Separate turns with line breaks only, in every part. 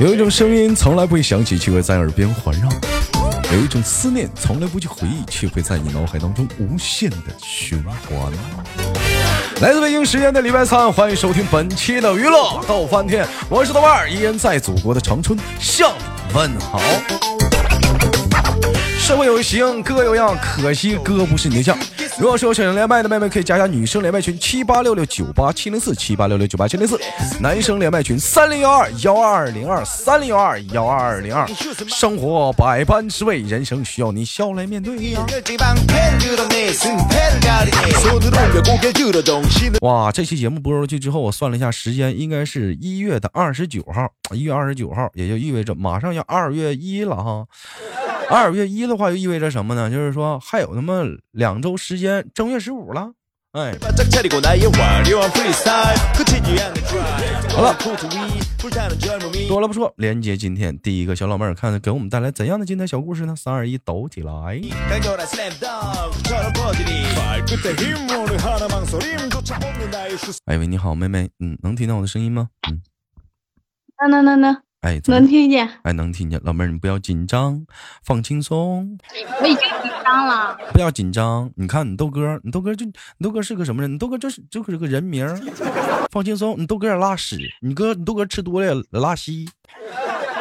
有一种声音从来不会响起，却会在耳边环绕；有一种思念从来不去回忆，却会在你脑海当中无限的循环。来自北京时间的礼拜三，欢迎收听本期的娱乐逗翻天，我是豆瓣儿，依然在祖国的长春向你问好。社会有形，哥有样，可惜哥不是你对象。如果说有想连麦的妹妹，可以加一下女生连麦群七八六六九八七零四七八六六九八七零四，男生连麦群三零幺二幺二二零二三零幺二幺二二零二。生活百般滋味，人生需要你笑来面对。
오늘 지방 팬들은 내 승패를 가리네 손으로 몇 고개 들어 정신을
哇，这期节目播出去之后，我算了一下时间，应该是一月的二十九号，一月二十九号，也就意味着马上要二月一了哈。二月一的话，就意味着什么呢？就是说还有那么两周时间，正月十五了。哎，
바짝 차리고 나의 화려한 프리스타일 끝이지 않는 드라이브
알아.
코트 위 불타는 젊음이
多了不说，连接今天第一个小老妹儿，看看给我们带来怎样的精彩小故事呢？三二一，抖起来！
강렬한 슬램덩크처럼 퍼지니 발끝에 힘으로 하나 망설임조차 없는 나의 슛
哎喂，你好，妹妹，嗯，能听到我的声音吗？嗯，
能能能能
哎，怎么
能听见，
哎，能听见。老妹儿，你不要紧张，放轻松。
我已经紧张了。
不要紧张，你看你豆哥，你豆哥就你豆哥是个什么人？你豆哥就是就是个人名儿，放轻松，你豆哥也拉屎，你哥你豆哥吃多了也拉稀，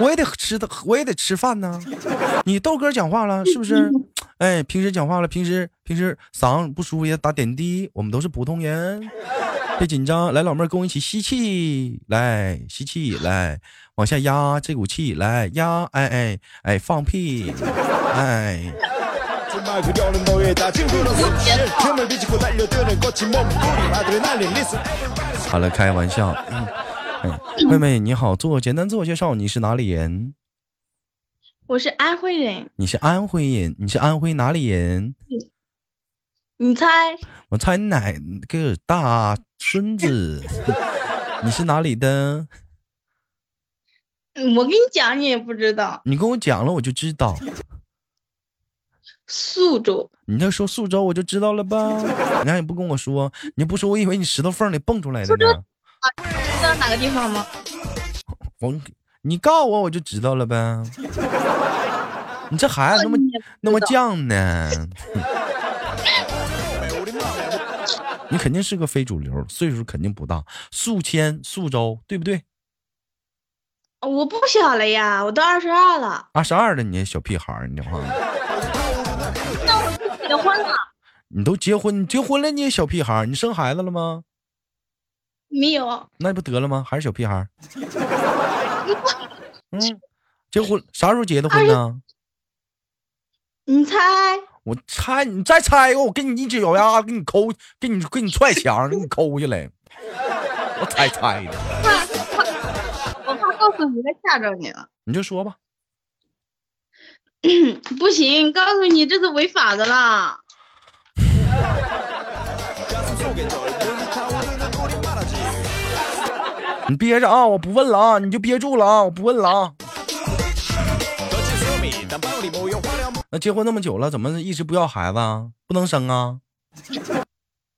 我也得吃的，我也得吃饭呢。你豆哥讲话了是不 是？哎，平时讲话了，平时平时嗓子不舒服也打点滴，我们都是普通人，别紧张。来，老妹儿跟我一起吸气，来吸气，来往下压这股气，来压，哎哎哎，放屁，哎。
정말 그려는 너의 다짐 그런 손실 틈을 비집고 달려드는 꽃이 몸부림 아드레날린 리슨
好了，开玩笑。嗯哎，妹妹你好，做简单自我介绍，你是哪里人？
我是安徽人，
你是安徽人，你是安徽哪里人？
你猜
我猜你奶个大孙子， 你是哪里的？
我跟你讲，你也不知道。
你跟我讲了我就知道，
宿州，
你要说苏州我就知道了吧？你看也不跟我说，你不说我以为你石头缝里蹦出来的呢。
知道哪个地方吗？
我你告我我就知道了 呗。你这孩子那么
哦你也不知道
那么犟呢？ 你肯定是个非主流，岁数肯定不大，宿迁宿州，对不对？
我不小了呀，我都二十二了，
二十二了，你小屁孩儿，你这话，
结婚了
你都结婚，你结婚了，你也小屁孩儿，你生孩子了吗？
没有？
那不得了吗？还是小屁孩 儿？嗯，结婚啥时候结的婚呢？
你猜
我猜你再猜一个，我给你一脚丫子，给你抠，给你给你踹 墙，给你抠下来。我猜猜的，
我怕告诉你再吓着你了。
你就说吧。
不行，告诉你这是违法的啦。
가슴 속에 젊음이 타오르는 우리 말하지
你憋着啊，我不问了啊，你就憋住了啊，我不问了啊。
거친 숨이 땀방울이 모여 화려한
那结婚那么久了，怎么一直不要孩子啊？不能生啊？
你嗯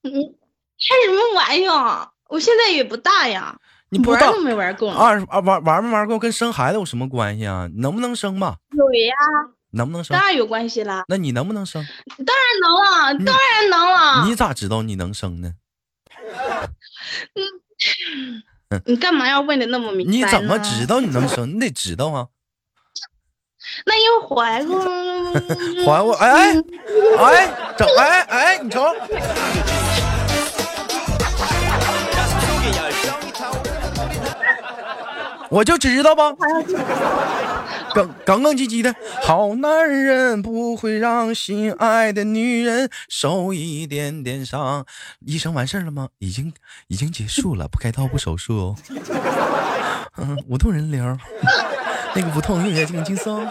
开什么玩笑？我现在也不大呀，
你不
玩
大
都没玩够。
二十啊玩玩没玩够，跟生孩子有什么关系啊？你能不能生吧？
有呀，
能不能生
当？然有关系啦，
那你能不能生？
当然能了，当然能了。
嗯你咋知道你能生呢？
你干嘛要问的那么明白？啊
你怎么知？道你能生？你得知道啊！
那因为怀过，
怀我哎哎哎，整哎哎，你瞅
가슴 속에 열정이 타오르는
我就知道吧，耿耿耿唧唧的好男人不会让心爱的女人受一点点伤。医生完事儿了吗？已经已经结束了，不开刀不手术哦。嗯，无痛人流， 那个不痛，用眼睛很轻松。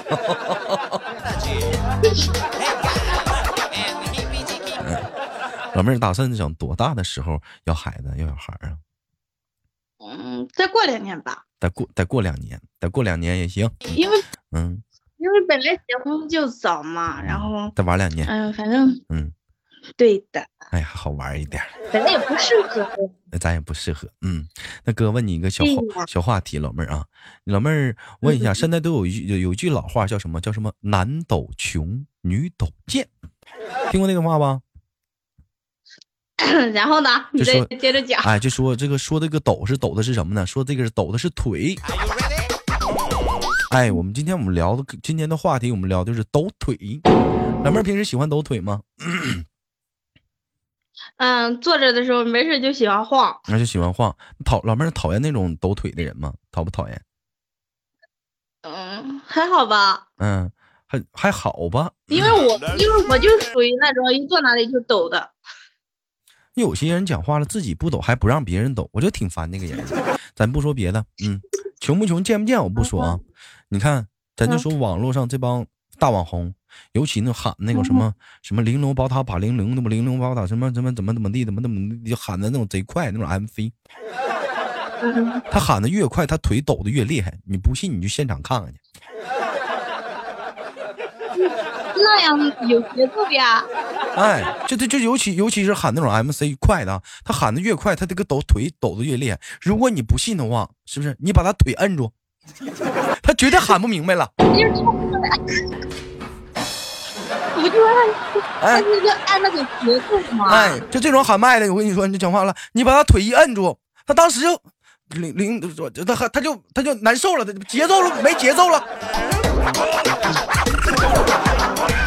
老妹儿打算整多大的时候要孩子要小孩儿啊？
嗯，再过两年吧，
再过再过两年，再过两年也行。
因为
嗯，
因为本来结婚就早嘛，然后
再玩两年。
嗯、反正
嗯，
对的，
哎呀，好玩一点儿，
反正也不适合 我。
那咱也不适合。嗯，那哥问你一个小
对
话
呀嗯
小话题，老妹儿啊，老妹儿问一下，现在都有一句有有一句老话叫什么？叫什么？男抖穷，女抖贱，听过那个话吧？
然后呢，你
就
再
说
接着 讲。
哎，就说这个说这个抖是抖的是什么呢？说这个是抖的是腿。哎，我们今天我们聊的今天的话题，我们聊的是抖腿。老妹儿平时喜欢抖腿吗？
嗯，坐着的时候没事就喜欢晃，
那就喜欢晃。讨老妹儿讨厌那种抖腿的人吗？讨不讨厌？
嗯，还 好吧，
嗯，还还好吧。
因为我因为我就属于那种一坐哪里就抖的。
有些人讲话了自己不抖，还不让别人抖，我就挺烦那个人。咱不说别的，嗯，穷不穷，贱不贱，我不说啊。你看，咱就说网络上这帮大网红，尤其那喊那个什么什么玲珑宝塔把玲珑，那么玲珑宝塔什么什么怎么怎么地，怎么怎么地，就喊的那种贼快那种 MV。他喊的越快，他腿抖的越厉害。你不信，你去现场看看去。
那样有节奏呀。
哎，这这这尤其尤其是喊那种 MC 快的啊，他喊的越快，他这个抖腿抖的越厉害。如果你不信的话，是不是？你把他腿摁住， 他绝对喊不明白了。
就是这样的 我就按，
哎
但是就按那个节奏嘛。
哎，就这种喊麦的，我跟你说，你就讲话了，你把他腿一摁住，他当时就领领说，他他就他就难受了，他节奏了没节奏了。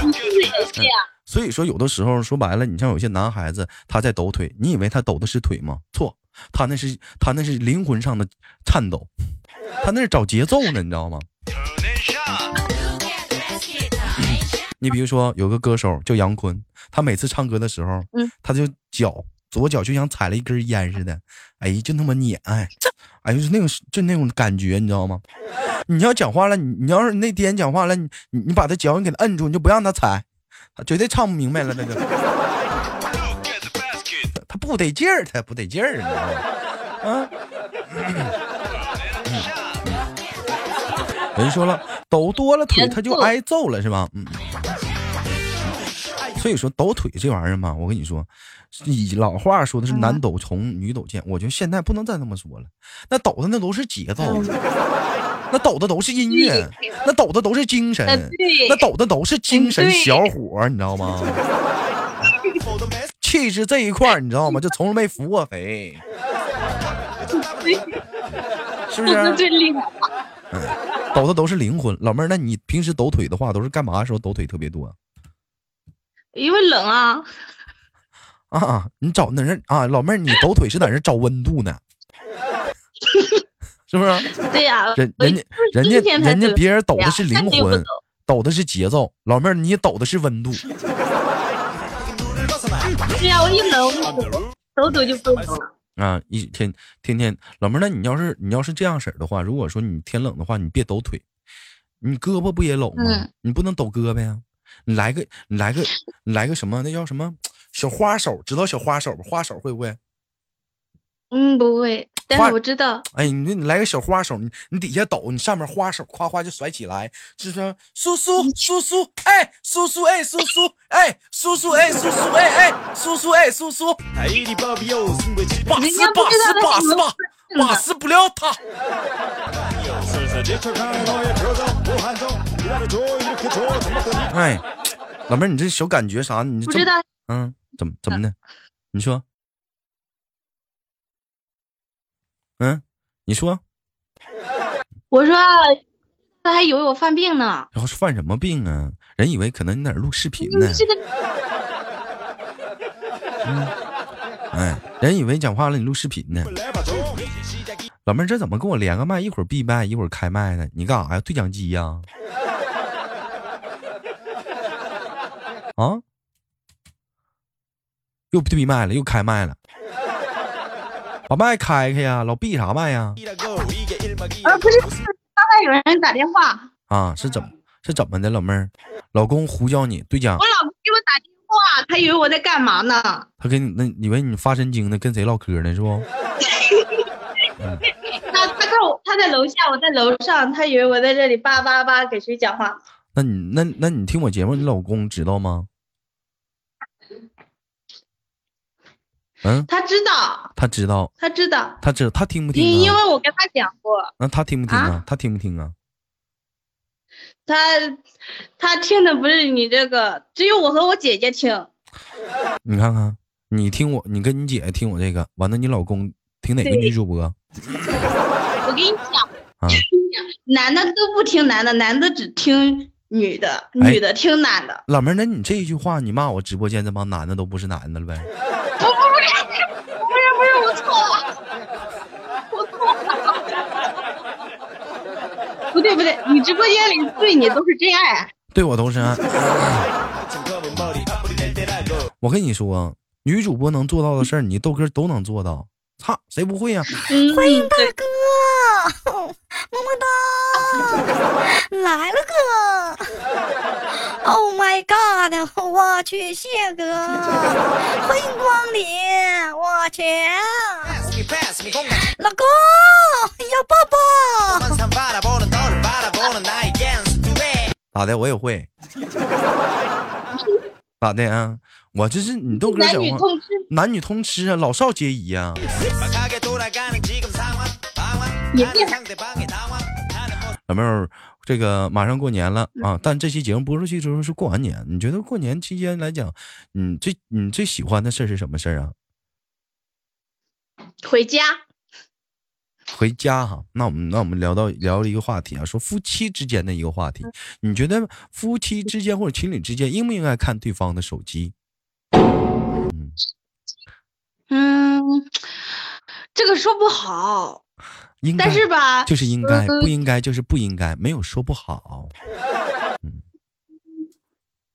你是不是也这样？
所以说，有的时候说白了，你像有些男孩子，他在抖腿，你以为他抖的是腿吗？错，他那是他那是灵魂上的颤抖，他那是找节奏呢，你知道吗？ 你比如说，有个歌手叫杨坤，他每次唱歌的时候，
嗯
他就脚左脚就像踩了一根烟似的，哎，就那么撵，哎，哎呦，就那种就那种感觉，你知道吗？你要讲话了，你你要是那天讲话了，你你你把他脚你给他摁住，你就不让他踩，他绝对唱不明白了，那就他不得劲儿，他不得劲儿，你知道吗？啊。人说了，抖多了腿他就挨揍了，是吧？嗯。所以说抖腿这玩意儿嘛，我跟你说，你老话说
嗯
的是男抖虫，女抖贱，我觉得现在不能再那么说了。那抖的那都是节奏，
嗯
那抖的都是音乐，那抖的都是精神
嗯，对
那抖的都是精神
嗯对
小伙儿，你知道吗？ 气质这一块儿，你知道吗？就从来没服过谁， 是不
不是
是？
最厉害，
抖的都是灵魂。老妹儿，那你平时抖腿的话，都是干嘛时候抖腿特别多
因为冷啊，
啊？啊，你找那人啊，老妹儿，你抖腿是在那找温度呢？是不是？
对呀、
人
我
人家人
今
家
天才
人家
知道
别人抖的
呀
是
那
灵
你不
魂
抖，
抖的是节奏。老妹儿，你抖的是温度。
对呀、我一冷我抖抖就不冷了。
啊，一天天天，老妹儿，那你要是你要是这样式儿的话，如果说你天冷的话，你别抖腿，你胳膊不也冷吗？
嗯
你不能抖胳膊呀，你来个你来个你来个什么？那叫什么小花手？知道小花手不？花手会不会？
嗯，不会，但
花
是我知道，
哎，你你来个小花手，你你底下抖，你上面花手夸夸就甩起来，就说叔叔
嗯
叔叔，哎叔叔哎叔叔哎叔叔哎叔叔哎哎叔叔哎叔叔，把
人
斯
家不
把
知道
斯
他
把
怎
斯把
么回事呢
把斯不了他。 아이,哎老妹儿，你这小感觉啥？你这
不知道
嗯，怎么怎么的？你说，嗯，你说，
我说啊他还以为我犯病呢。
然后是犯什么病啊？人以为可能你在那儿录视频
嗯
呢，
这个
哎，人以为讲话了你录视频呢。老妹儿，这怎么跟我连个麦？一会儿闭麦，一会儿开麦呢？你干啥呀？对讲机呀？啊？又闭麦了，又开麦了，把麦开开呀！老闭啥麦呀？
啊，不是，刚才有人打电话，
啊，是怎么是怎么的，老妹儿？老公呼叫你，对讲
我，老公给我打电话，他以为我在干嘛呢？
他给你那以为你发神经呢，跟谁唠嗑呢，是不？
他他看我，他在楼下，我在楼上，他以为我在这里叭叭叭给谁讲话。
那你那那你听我节目，你老公知道吗？嗯，
他知道，
他知道，
他知道，
他知他听不
因
听
因
啊？
为我跟他讲过，
那他听不听啊
啊？
他听不听啊？
他他听的不是你这个，只有我和我姐姐听，
你看看，你听我，你跟你姐听我这个，完了你老公听哪个
对
女主播啊？
我跟你讲， 男的都不听男的，男的只听女的，
哎
女的听男的。
老妹儿，那你这一句话，你骂我直播间这帮男的都不是男的了呗？
不不不是不是不是，我错了，我错了。 不对不对，你直播间里对你都是真爱，
对我都是啊。我跟你说，女主播能做到的事儿，你豆哥都能做到。操，谁不会呀、啊
嗯，欢迎
大哥，么么哒，来了哥！Oh my god！我去，谢哥，欢迎光临！我去，老公要抱抱。
咋的？我也 会。咋的啊？我这是你豆哥
男
讲
女
话，
通吃，
男女通吃啊，老少皆宜啊。老妹儿，这个马上过年了
嗯
啊，但这期节目播出去之后是过完年，你觉得过年期间来讲，你最你最喜欢的事儿是什么事儿啊？
回家。
回家哈，那我们那我们聊到聊了一个话题啊，说夫妻之间的一个话题，
嗯
你觉得夫妻之间或者情侣之间应不应该看对方的手机？嗯，
嗯，这个说不好，
应该
但是吧，
就是应该，
嗯
不应该就是不应该，没有说不好，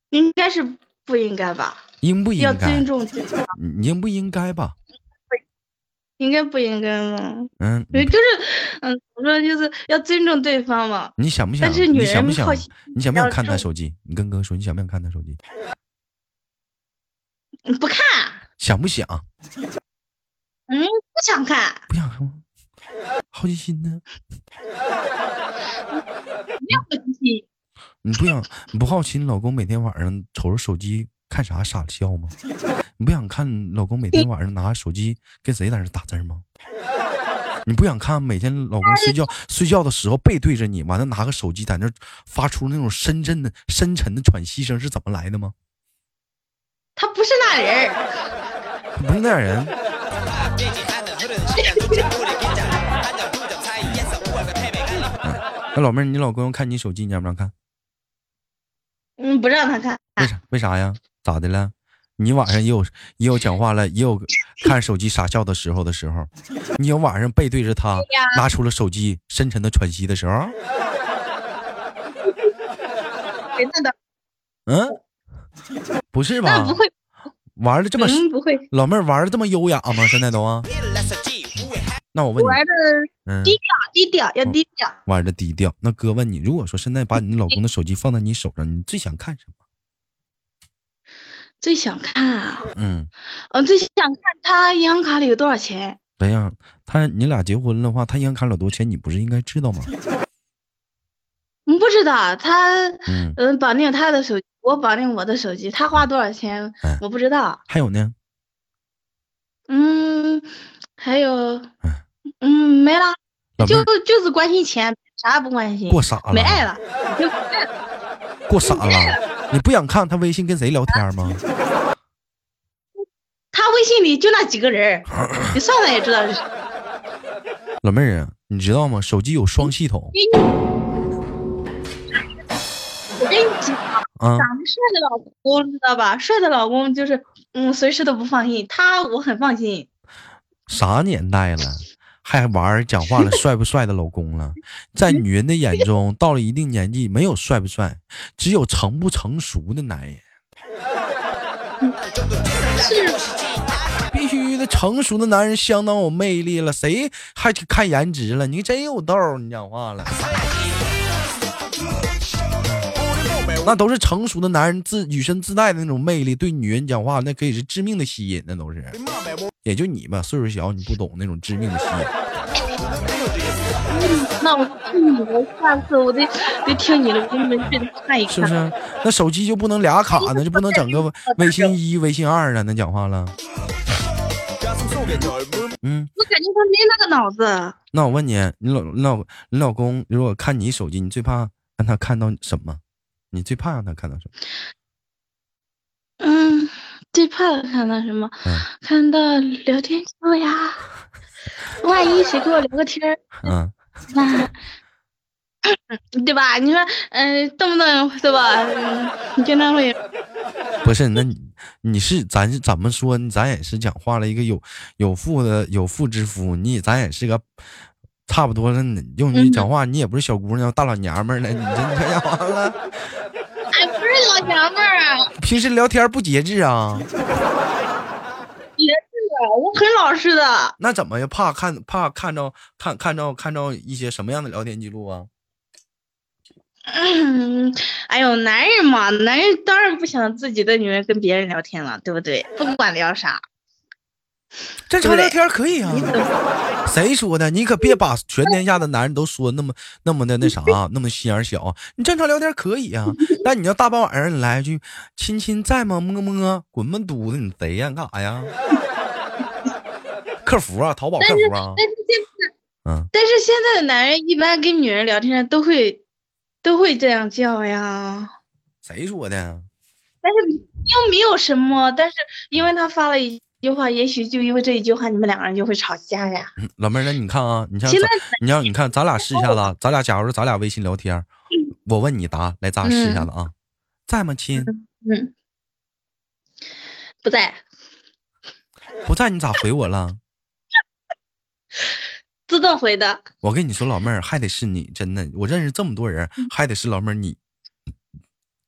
应该是不应该吧？
应不应
要
该
尊，重自己吧，
你你应不应该吧？
应该不应该嘛？
嗯，
对，就是，嗯，怎么说，就是要尊重对方嘛。
你想不想？
但是女
你想
人
不想
好奇？
你想不想看他
要
手机？你跟哥说，你想不想看他手机？
嗯不看，
想不想？
嗯，不想看，
不想吗？好奇心呢？
没有问题。
你不想你不好奇你老公每天晚上瞅着手机看啥傻笑吗？你不想看老公每天晚上拿手机跟谁在那打字儿吗？你不想看每天老公睡觉睡觉的时候背对着你，完了拿个手机在那发出那种深圳的深沉的喘息声是怎么来的吗？
他不是那人儿，
他不是那样人，那哎老妹儿，你老公看你手机，你让不让看？
嗯，不让他看，
为啥？为啥呀？咋的了？你晚上也有也有讲话了，也有看手机傻笑的时候的时候，你有晚上背对着他
呀
拿出了手机深沉的喘息的时候，
对那倒
嗯，不是吧
那不？会，
玩的这么、
嗯，不会。
老妹儿玩的这么优雅吗？现在都啊？那我问你，
玩的
嗯，
低调，低调，
哦
要低调。
玩的低调。那哥问你，如果说现在把你老公的手机放在你手上，你最想看什么？
最想看啊，
嗯，
嗯，最想看他银行卡里有多少钱。
怎样？他你俩结婚的话，他银行卡里有多少钱，你不是应该知道吗？
嗯，不知道他，
嗯，
嗯，绑定他的手机，我绑定我的手机，他花多少钱
嗯
我不知道。
还有呢？
嗯，还有，嗯，没了，
老妹
就
儿
就是关心钱，啥也不关心，
过傻了，
没爱了，就
过傻了。你不想看他微信跟谁聊天吗？
他微信里就那几个人 儿，你算算也知道是谁。
老妹儿啊，你知道吗？手机有双系统
我跟你讲，
啊。
长得帅的老公知道吧？帅的老公就是，嗯，随时都不放心他，我很放心。
啥年代了，还玩儿讲话了，帅不帅的老公了？在女人的眼中，到了一定年纪，没有帅不帅，只有成不成熟的男人。必须的，成熟的男人相当有魅力了，谁还去看颜值了？你真有豆儿，你讲话了。那都是成熟的男人自与生自带的那种魅力，对女人讲话那可以是致命的吸引，那都是。也就你吧，岁数小，你不懂那种致命的吸引。
那我听你的，下次我得得听你的，我得门诊看一看。
是不是？那手机就不能俩卡呢，就不能整个微信一、微信二啊？那讲话了，
我
嗯，
我感觉他没那个脑子，
那我问你，你老你老你老公如果看你手机，你最怕让他看到什么？你最怕让他看到什么？
嗯，最怕看到什么？
嗯
看到聊天记录呀，万一谁跟我聊个天儿，
嗯，
那 对吧？你说，嗯、动不动对吧？嗯，你经常会
不是，那你你是咱是怎么说？咱也是讲话了一个有有妇的有妇之夫，你咱也是个差不多了。你用你讲话，你也不是小姑娘，大老娘们儿了，你这你这 完了，
哎，不是老娘们儿，啊
平时聊天不节制啊？
也是我很老实的，
那怎么呀？怕看怕看着看看着看着一些什么样的聊天记录啊？
嗯，哎呦，男人嘛，男人当然不想自己的女人跟别人聊天了，对不对？不管聊啥，
正常聊天可以啊
你。怎么
谁说的？你可别把全天下的男人都说那么那么的那啥，那么心眼儿小。你正常聊天可以啊，但你要大半晚上你来一句“亲亲在吗？么么滚闷犊子，你贼呀？你干啥呀？”客服啊，淘宝客服啊，
但是现在，
嗯，
但是现在的男人一般跟女人聊天都会都会这样叫呀。
谁说的？
但是又没有什么，但是因为他发了一句话，也许就因为这一句话，你们两个人就会吵架呀。
嗯老妹儿，那你看啊，你像
现
咱
在
你要你看，咱俩试一下子啊，咱俩假如说咱俩微信聊天，我问你答，来，咱俩试一下子啊，在吗，亲？
嗯，不在，
不在你咋回我了？
自动回的。
我跟你说，老妹儿还得是你，真的，我认识这么多人，
嗯
还得是老妹儿你，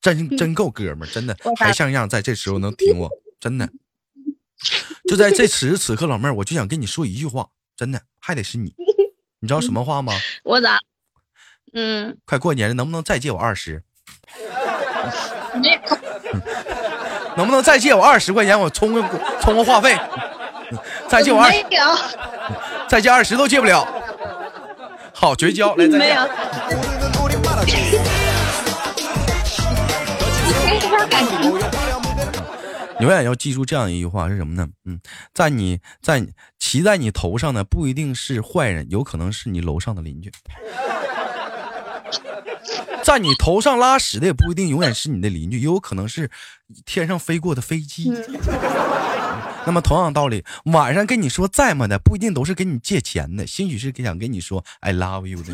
真真够哥们儿，真的
我咋
还像样，在这时候能挺我，真 的， 就在这此时此刻，老妹儿，我就想跟你说一句话，真的还得是 你，你知道什
嗯
么话吗？
我咋？嗯，
快过年了，能不能再借我二十？
没
能不能再借我二十块钱？我充个充个话费， 再借我二
没，有，
再借二十都借不了。好，绝交，来再
没
见
有。。 没啥感情。
永远要记住这样一句话是什么呢？嗯，在你在你骑在你头上的不一定是坏人，有可能是你楼上的邻居。在你头上拉屎的也不一定永远是你的邻居，也有可能是天上飞过的飞机。
嗯
嗯那么同样道理，晚上跟你说在吗的，不一定都是跟你借钱的，兴许是想跟你说 I love you 的。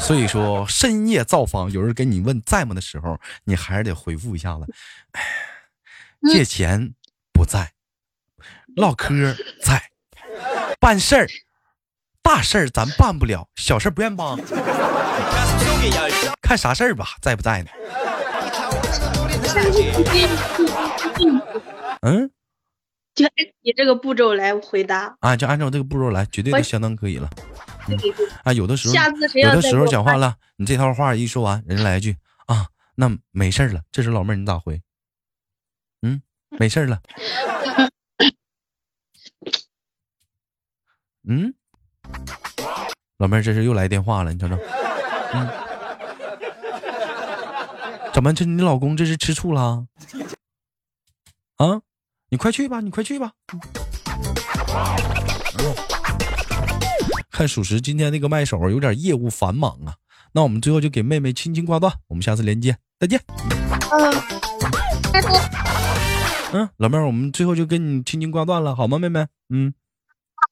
所以说，深夜造访，有人跟你问在吗的时候，你还是得回复一下子，
嗯
哎，借钱不在，唠嗑在，办事儿，大事儿咱办不了，小事儿不愿帮，看啥事儿吧，在不在呢？嗯。
就按你这个步骤来回答。
啊，就按照这个步骤来，绝对
我
就相当可以了。啊，有的时候，
下次谁
有
要
的
再
时
给
候
我
讲
发
话了，你这套话一说完，人家来一句啊，那没事儿了。这时候老妹儿你咋回？嗯，没事儿了。嗯，老妹儿这是又来电话了，你瞅瞅。嗯，怎么这你老公这是吃醋啦？啊，你快去吧，你快去吧。看属实今天那个麦手有点业务繁忙啊。那我们最后就给妹妹轻轻挂断，我们下次连接，再见。嗯，老妹儿，我们最后就跟你轻轻挂断了，好吗，妹妹？嗯，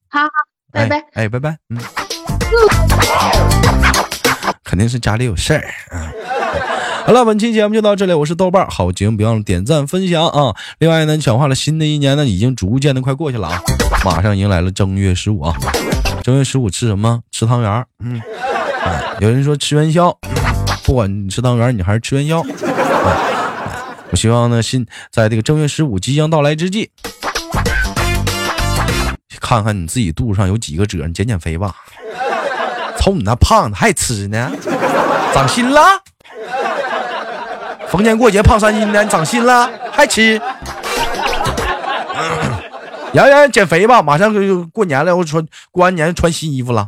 好好拜拜
哎，哎，拜拜，嗯。肯定是家里有事儿啊。好了，本期节目就到这里，我是豆瓣儿，好节目别忘了点赞分享啊。另外呢，讲话了，新的一年呢已经逐渐的快过去了啊，马上迎来了正月十五啊。正月十五吃什么？吃汤圆儿。嗯，哎有人说吃元宵，嗯不管你吃汤圆儿，你还是吃元宵。哎我希望呢，新在这个正月十五即将到来之际，看看你自己肚子上有几个褶，你减减肥吧。 瞅你那胖子还吃呢，长心了？逢年过节胖三斤呢，你长心了还吃？ 洋洋减肥吧，马上就过年了，我穿过完年穿新衣服了。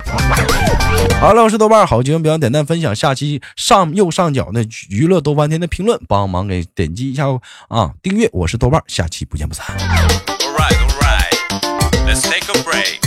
好了，我是豆瓣儿好节目，别忘点赞分享。下期上右上角的娱乐豆翻天的评论，帮忙给点击一下哦啊，订阅。我是豆瓣儿，下期不见不散。
All right, all right. Let's take a break.